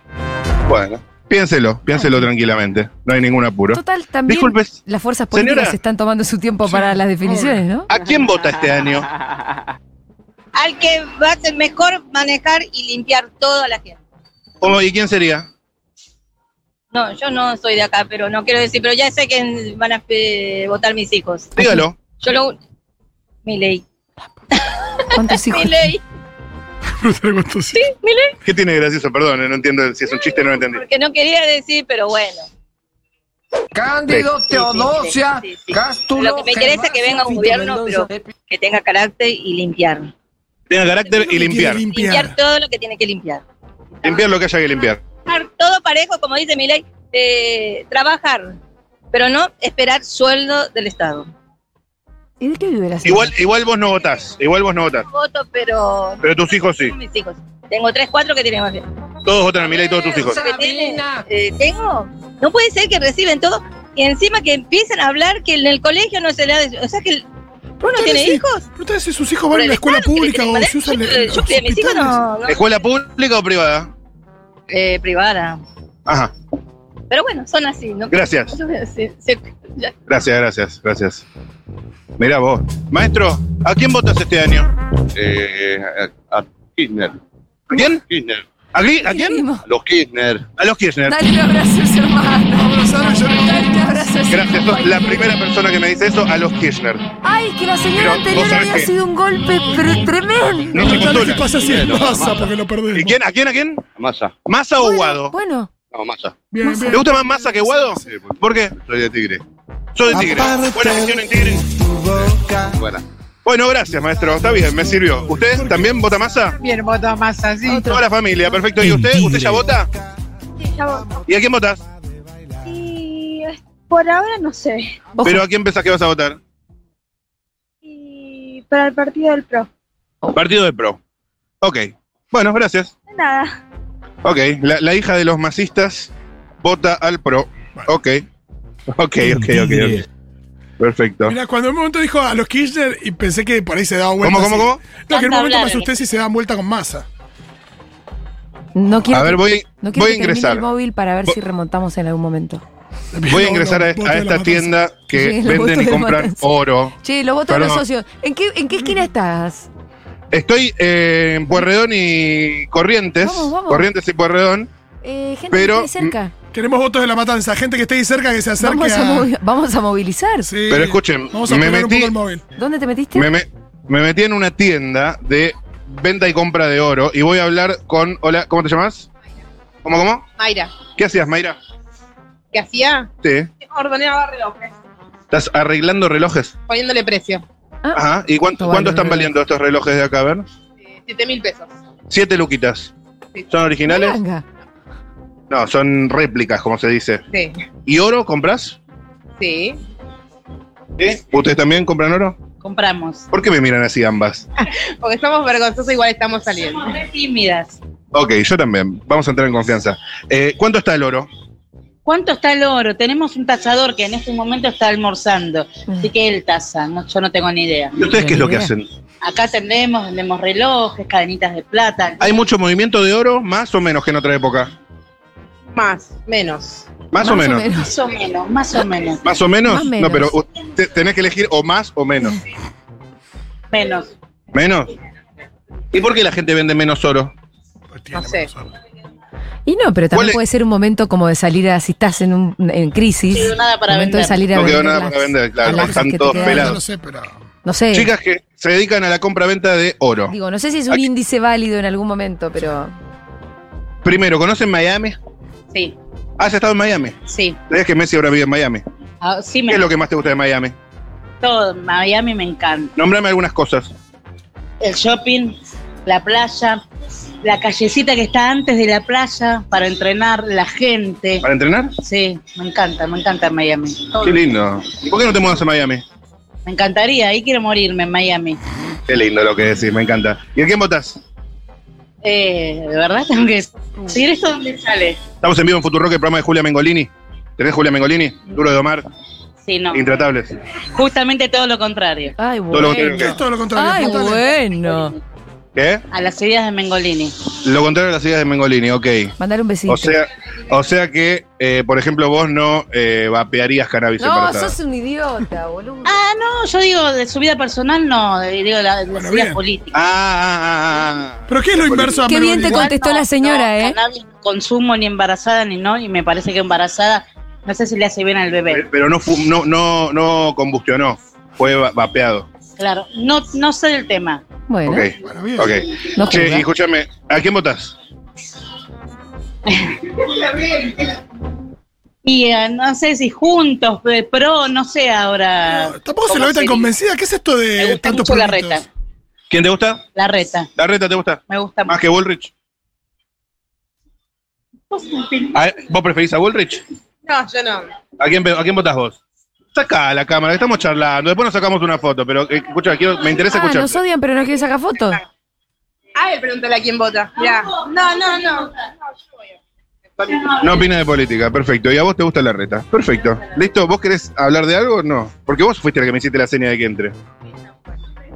Bueno, piénselo, piénselo tranquilamente. No hay ningún apuro.
Total, también las fuerzas políticas
Señora.
se están tomando su tiempo para las definiciones, ¿no?
¿A quién vota este año?
Al que va a ser mejor manejar y limpiar toda la gente.
¿Cómo, ¿Y quién sería?
No, yo no soy de acá, pero no quiero decir, pero ya sé que van a eh, votar mis hijos.
Dígalo.
Yo lo. Mi ley.
¿Cuántos
Mi ley. Sí, mi ley.
¿Qué tiene de gracioso? Perdón, no entiendo si es un chiste, no lo entendí.
Porque no quería decir, pero bueno.
Cándido
Teodosia, Lo que me interesa es que venga un gobierno, pero que tenga carácter y limpiar.
Tiene carácter y limpiar.
Limpiar todo lo que tiene que limpiar.
Limpiar lo que haya que limpiar.
Trabajar todo parejo, como dice mi ley, eh, trabajar, pero no esperar sueldo del Estado.
¿Y de qué vive la
Igual, igual vos no votás, igual vos no votás.
Voto, pero
Pero tus hijos sí.
mis hijos. Tengo tres, cuatro que tienen más bien.
Todos votan a Milei, todos tus hijos.
Que tienen, eh, tengo. No puede ser que reciben todo y encima que empiecen a hablar que en el colegio no se le ha... de- O sea que... el- ¿Uno tiene
si-
hijos?
Pregúntale si sus hijos van a la escuela pública o si usan
Yo- yo creo que eh, mis hijos no- no-
¿Escuela pública o privada?
Eh, privada.
Ajá.
Pero bueno, son así, ¿no?
Gracias.
Yo voy a decir- sí, ya.
Gracias, gracias, gracias. Mirá vos. Maestro, ¿a quién votas este año?
Eh, a, a Kirchner.
¿A quién?
Kirchner.
¿A, gui- a quién?
A los Kirchner.
A los Kirchner.
Dale un abrazo a ese hermano. Dale un abrazo a ese
Gracias, sos
compañero.
la primera persona que me dice eso, a los Kirchner.
Ay, que la señora
Pero,
anterior
¿vos sabés
había
qué?
sido un golpe pero tremendo.
No se postula.
¿Qué pasa si es masa? Porque lo perdemos.
¿Y quién? ¿A quién? ¿A quién?
Massa.
¿Masa o Guado?
Bueno,
No, Massa.
bien, bien.
¿Te gusta más Massa que Guado? ¿Por qué?
pues. Soy de Tigre.
Soy de Tigre. Buena gestión en Tigre.
Buena.
Bueno, gracias, maestro. Está bien, me sirvió. ¿Usted también vota Massa?
Bien, voto más así.
Toda la familia, perfecto. ¿Y usted? ¿Usted ya vota? ¿Y a quién votas?
Y eh, por ahora no sé.
¿Pero a quién pensás que vas a votar?
Y para el partido del PRO.
Partido de Pro. Ok. Bueno, gracias.
De Nada.
Ok. La, la hija de los masistas vota al Pro. Ok. Ok, ok, ok. ok. Perfecto.
Mira, cuando en un momento dijo a los Kirchner y pensé que por ahí se daba vuelta.
¿Cómo, cómo,
así. No,
cómo?
que en un
Tanto
momento me
hablar,
asusté si se daban vuelta con masa.
no quiero
A ver,
que-
voy-
no quiero
voy a
que termine
ingresar.
el móvil para ver
Vo-
si remontamos en algún momento.
Voy a ingresar a,
Los votos
a
de la
esta
matanza.
tienda que
Sí, los votos
venden y
de la
compran
matanza.
oro.
Che, lo voto a los
Perdón.
socios. ¿En qué, ¿En qué esquina estás?
Estoy eh, en Puerredón y Corrientes.
Vamos, vamos.
Corrientes y Puerredón.
Eh, gente
Pero,
que esté cerca.
Queremos votos de la matanza. Gente que esté ahí cerca que se acerque
Vamos a,
a-
movi- vamos a movilizar.
Sí.
Pero escuchen,
Vamos a
me
apagar un
metí-
poco el móvil.
¿Dónde te metiste?
Me, me- me metí en una tienda de venta y compra de oro y voy a hablar con. Hola, ¿cómo te llamas? ¿Cómo, cómo?
Mayra,
¿Qué hacías, Mayra?
¿qué hacía?
Sí.
Ordenaba relojes,
¿Estás arreglando relojes?
poniéndole precio.
Ajá. ¿Y
¿Cuánto
cuánto, cuánto
valen
están
los
valiendo estos relojes de acá? A ver.
7 mil pesos.
Siete luquitas. ¿Son originales?
Ganga.
No, son réplicas, como se dice.
Sí,
¿Y oro compras?
sí.
¿Sí? ¿Ustedes también compran oro?
Compramos.
¿Por qué me miran así ambas?
Porque somos vergonzosos, igual estamos saliendo.
Somos re tímidas.
Ok, yo también. Vamos a entrar en confianza. Eh, ¿Cuánto está el oro?
¿Cuánto está el oro? Tenemos un tasador que en este momento está almorzando.
Mm.
Así que él tasa, no, yo no tengo ni idea.
¿Y ustedes qué es lo que hacen?
Acá tendremos, vendemos relojes, cadenitas de plata.
¿Hay mucho movimiento de oro, más o menos que en otra época?
Más, menos.
¿Más, o menos?
Más o menos, más o menos.
¿Más o menos?
Más
No,
menos.
pero uh, te- tenés que elegir o más o menos.
Menos,
¿Menos? ¿Y por qué la gente vende menos oro?
No sé.
Y no, pero
¿Cuál
también
es-
puede ser un momento como de salir a, si estás en, un, en crisis.
No quedó nada para
momento de
vender.
salir a
No quedó
vender
nada
las-
para vender, claro.
las
Están
que te
todos
quedan.
No lo
pelados.
sé, pero.
No sé.
Chicas que se dedican a la compra-venta de oro.
Digo, no sé si es un
Aquí-
índice válido en algún momento, pero.
Primero, ¿conocen Miami?
sí,
¿Has estado en Miami?
sí.
¿Sabías que Messi ahora vive en Miami?
Ah, sí,
¿Qué
me
es lo que más te gusta de Miami?
todo. Miami me encanta.
Nómbrame algunas cosas.
El shopping, la playa,
la callecita que está antes de la playa para entrenar la gente.
¿Para entrenar?
Sí, me encanta, me encanta Miami. Todo.
Qué lindo. ¿Y por qué no te mudas a Miami?
Me encantaría, ahí quiero morirme en Miami.
Qué lindo lo que decís, me encanta. ¿Y a quién votás?
Eh, de verdad tengo que decir esto donde sale.
Estamos en vivo en Futurock, el programa de Julia Mengolini. ¿Tenés Julia Mengolini? Duro de Omar,
Sí, no.
Intratables.
Justamente todo lo contrario.
Ay,
Todo lo contrario.
Es todo lo contrario.
Ay,
contale.
bueno.
¿Qué?
A las ideas de Mengolini.
Lo contrario de las ideas de Mengolini, ok.
Mandar un besito.
O sea, o sea que, eh, por ejemplo, vos no eh, vapearías cannabis
no,
embarazada.
sos un idiota, boludo.
Ah, no, yo digo de su vida personal, no, de- digo la- de las ideas
bien.
políticas.
Ah, ah, ah, ah.
¿Pero qué es lo inverso a
Qué bien te
Mengolini?
contestó la señora, ¿eh?
Cannabis no consumo ni embarazada ni no, y me parece que embarazada no sé si le hace bien al bebé.
Eh, Pero no, fu- no, no, no combustionó, fue va- vapeado.
Claro, no, no sé del tema.
Bueno.
Ok, ok.
No
che,
juzga.
y escúchame, ¿a quién votás?
Y eh, no sé si juntos, de pro, no sé ahora.
Ah, Tampoco se lo ve tan convencida. ¿Qué es esto de tantos
mucho la
productos?
reta.
¿Quién te gusta?
La reta,
¿La reta te gusta?
me gusta
¿Más
mucho.
que Bullrich? ¿A- Ah, ¿Vos preferís a Bullrich?
No, yo no.
¿A quién, ve- a quién votás vos? Saca la cámara, que estamos charlando. Después nos sacamos una foto, pero eh, escucha, Ah, quiero- me interesa
Ah,
escuchar.
nos odian, pero no quieren sacar fotos.
A ver, pregúntale a quién vota. Mirá. No, no, no.
No opinas de política, perfecto. Y a vos te gusta la reta. Perfecto. ¿Listo? ¿Vos querés hablar de algo? No. Porque vos fuiste la que me hiciste la seña de que entre.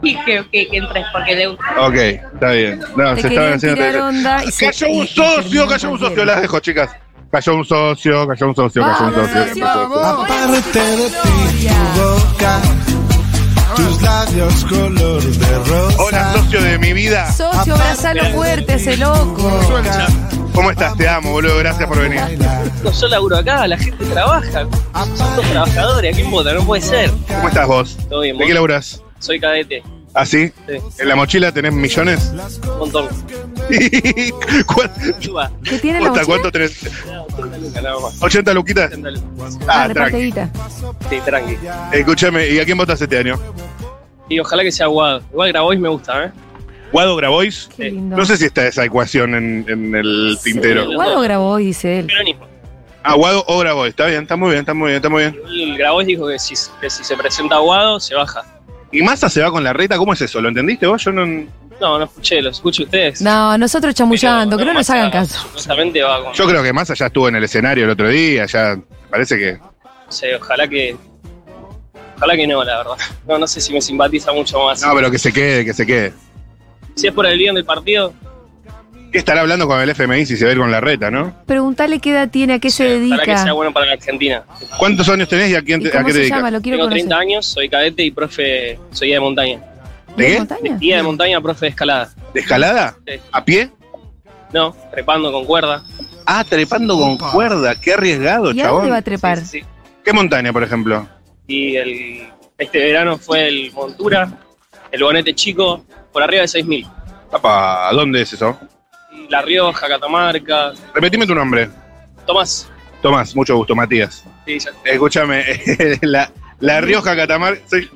Y creo que, que entres porque le gusta.
Ok, está bien.
Te
No, se estaban
querían
haciendo.
tirar onda y se-
cayó
y-
un
y
socio,
terminaron
cayó un socio.
perdiendo.
Las dejo, chicas. Cayó un socio, cayó un socio, cayó un socio. cayó un socio.
Aparte de ti, tu boca, tus labios color de rosa.
Hola, socio de mi vida.
Socio, abrazalo fuerte, ese loco.
¿Cómo estás? Te amo, boludo. Gracias por venir.
Yo laburo acá, la gente trabaja. Son dos trabajadores, ¿a quién vota? No puede ser.
¿Cómo estás vos?
Todo bien,
¿De
vos.
qué laburás?
Soy cadete,
¿Ah, sí?
Sí.
¿En la mochila tenés millones?
un montón.
¿Cuánto,
¿Qué tiene la mochila?
¿Cuánto tenés?
Nada más.
80 luquitas.
Ah,
Ah,
reparte
tranqui.
guita.
Sí, tranqui.
Escúchame, ¿y a quién votas este año?
Y ojalá que sea Guado. Igual Grabois me gusta, ¿eh?
¿Guado Grabois?
Qué lindo.
Eh, No sé si está esa ecuación en, en el tintero.
Guado grabó hoy, dice él.
Ah, Guado o Grabois. Está bien, está muy bien, está muy bien, está muy bien.
El Grabois dijo que si, que si se presenta Guado, se baja.
¿Y Massa se va con la reta? ¿Cómo es eso? ¿Lo entendiste vos? Yo no...
No, no escuché, lo escucho ustedes.
No, nosotros chamullando, que no nos hagan caso.
Justamente va con.
Yo creo que Massa ya estuvo en el escenario el otro día, ya parece que...
no sé, ojalá que. Ojalá que no, la verdad. No, no sé si me simpatiza mucho más.
No, pero que se quede, que se quede.
Si es por el bien del partido,
¿Qué estará hablando con el FMI si se va a ir con la reta, no?
Preguntale qué edad tiene, a qué se
ojalá que sea
dedica.
bueno para la Argentina.
¿Cuántos años tenés y a, quién te-
¿Y
a
cómo
qué te
se
dedicas?
llama? Lo quiero
Tengo 30
conocer.
años, soy cadete y profe, soy guía de montaña.
¿De qué?
montaña?
Guía de montaña, profe de escalada.
¿De escalada?
Sí.
¿A pie?
No, trepando con cuerda.
Ah, trepando con cuerda. Qué arriesgado,
¿Y a dónde va
chabón.
a trepar?
Sí, sí.
¿Qué montaña, por ejemplo?
Y el, este verano fue el Montura, el Bonete Chico, por arriba de 6.000.
Papá, ¿dónde es eso?
Y La Rioja, Catamarca,
Repetime tu nombre.
Tomás.
Tomás, mucho gusto, Matías.
Sí, ya-
Escúchame, la, la Rioja Catamarca. soy-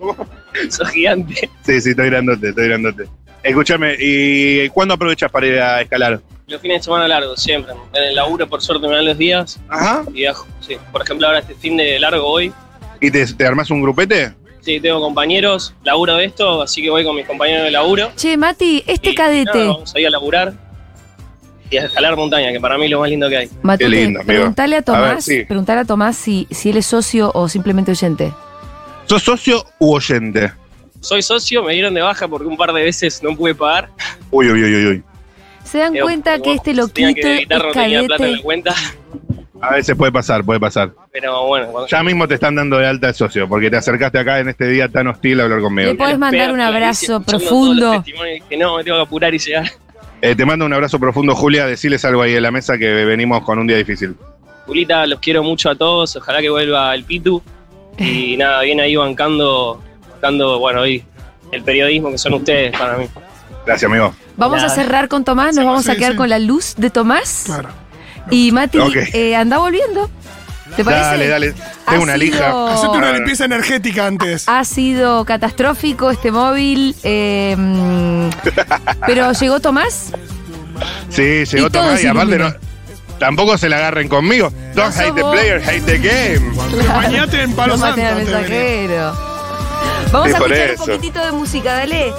sos gigante.
Sí, sí, estoy grandote, estoy grandote. Escúchame, ¿y cuándo aprovechas para ir a escalar?
Los fines de semana largos, siempre. En el laburo, por suerte, me dan los días.
Ajá.
Y viajo, sí. Por ejemplo, ahora este fin de largo hoy.
¿Y te, te armás un grupete?
Sí, tengo compañeros, laburo de esto, así que voy con mis compañeros de laburo.
Che, Mati, este
Y nada,
cadete,
vamos a ir a laburar y a escalar montaña, que para mí es lo más lindo que hay.
Matute,
Qué lindo, amigo.
preguntale a
A ver,
Tomás,
sí.
preguntale a Tomás si, si él es socio o simplemente oyente.
¿Sos socio u oyente?
Soy socio, me dieron de baja porque un par de veces no pude pagar.
Uy, uy, uy, uy, uy.
¿Se dan
Eh,
cuenta que
como
este
tenía
loquito
que
es
evitar, no tenía plata en la
cadete?
cuenta,
A veces puede pasar, puede pasar.
pero bueno. cuando-
Ya mismo te están dando de alta de socio, porque te acercaste acá en este día tan hostil a hablar
Le
conmigo.
podés mandar un
Escuchando
abrazo
todos los
profundo.
testimonios, dije, no, me tengo que apurar y llegar.
Eh, te mando un abrazo profundo, Julia. Deciles algo ahí en la mesa que venimos con un día difícil.
Julita, los quiero mucho a todos. Ojalá que vuelva el Pitu. Y nada, viene ahí bancando, bancando, bueno, hoy el periodismo que son ustedes para mí.
Gracias, amigo.
Vamos a
Nada.
cerrar con Tomás, nos vamos a
sí,
quedar
sí.
con la luz de Tomás.
Claro.
Y Mati,
Ok.
eh, anda volviendo. ¿Te parece?
Dale, dale.
Ha
Tengo una
sido-
lija.
Hacete una
Claro.
limpieza energética antes.
Ha sido catastrófico este móvil, eh, mm, pero llegó Tomás
Sí,
Y
llegó
todo
Tomás y
se
aparte
ilumina.
no- Tampoco se la agarren conmigo. Don't
No
hate the
sos
player,
vos.
hate the game.
Bañate en Palo
Vamos a
Santo,
tener
te
mensajero. Vamos
Sí,
a
por
escuchar
eso.
un poquitito de música, dale.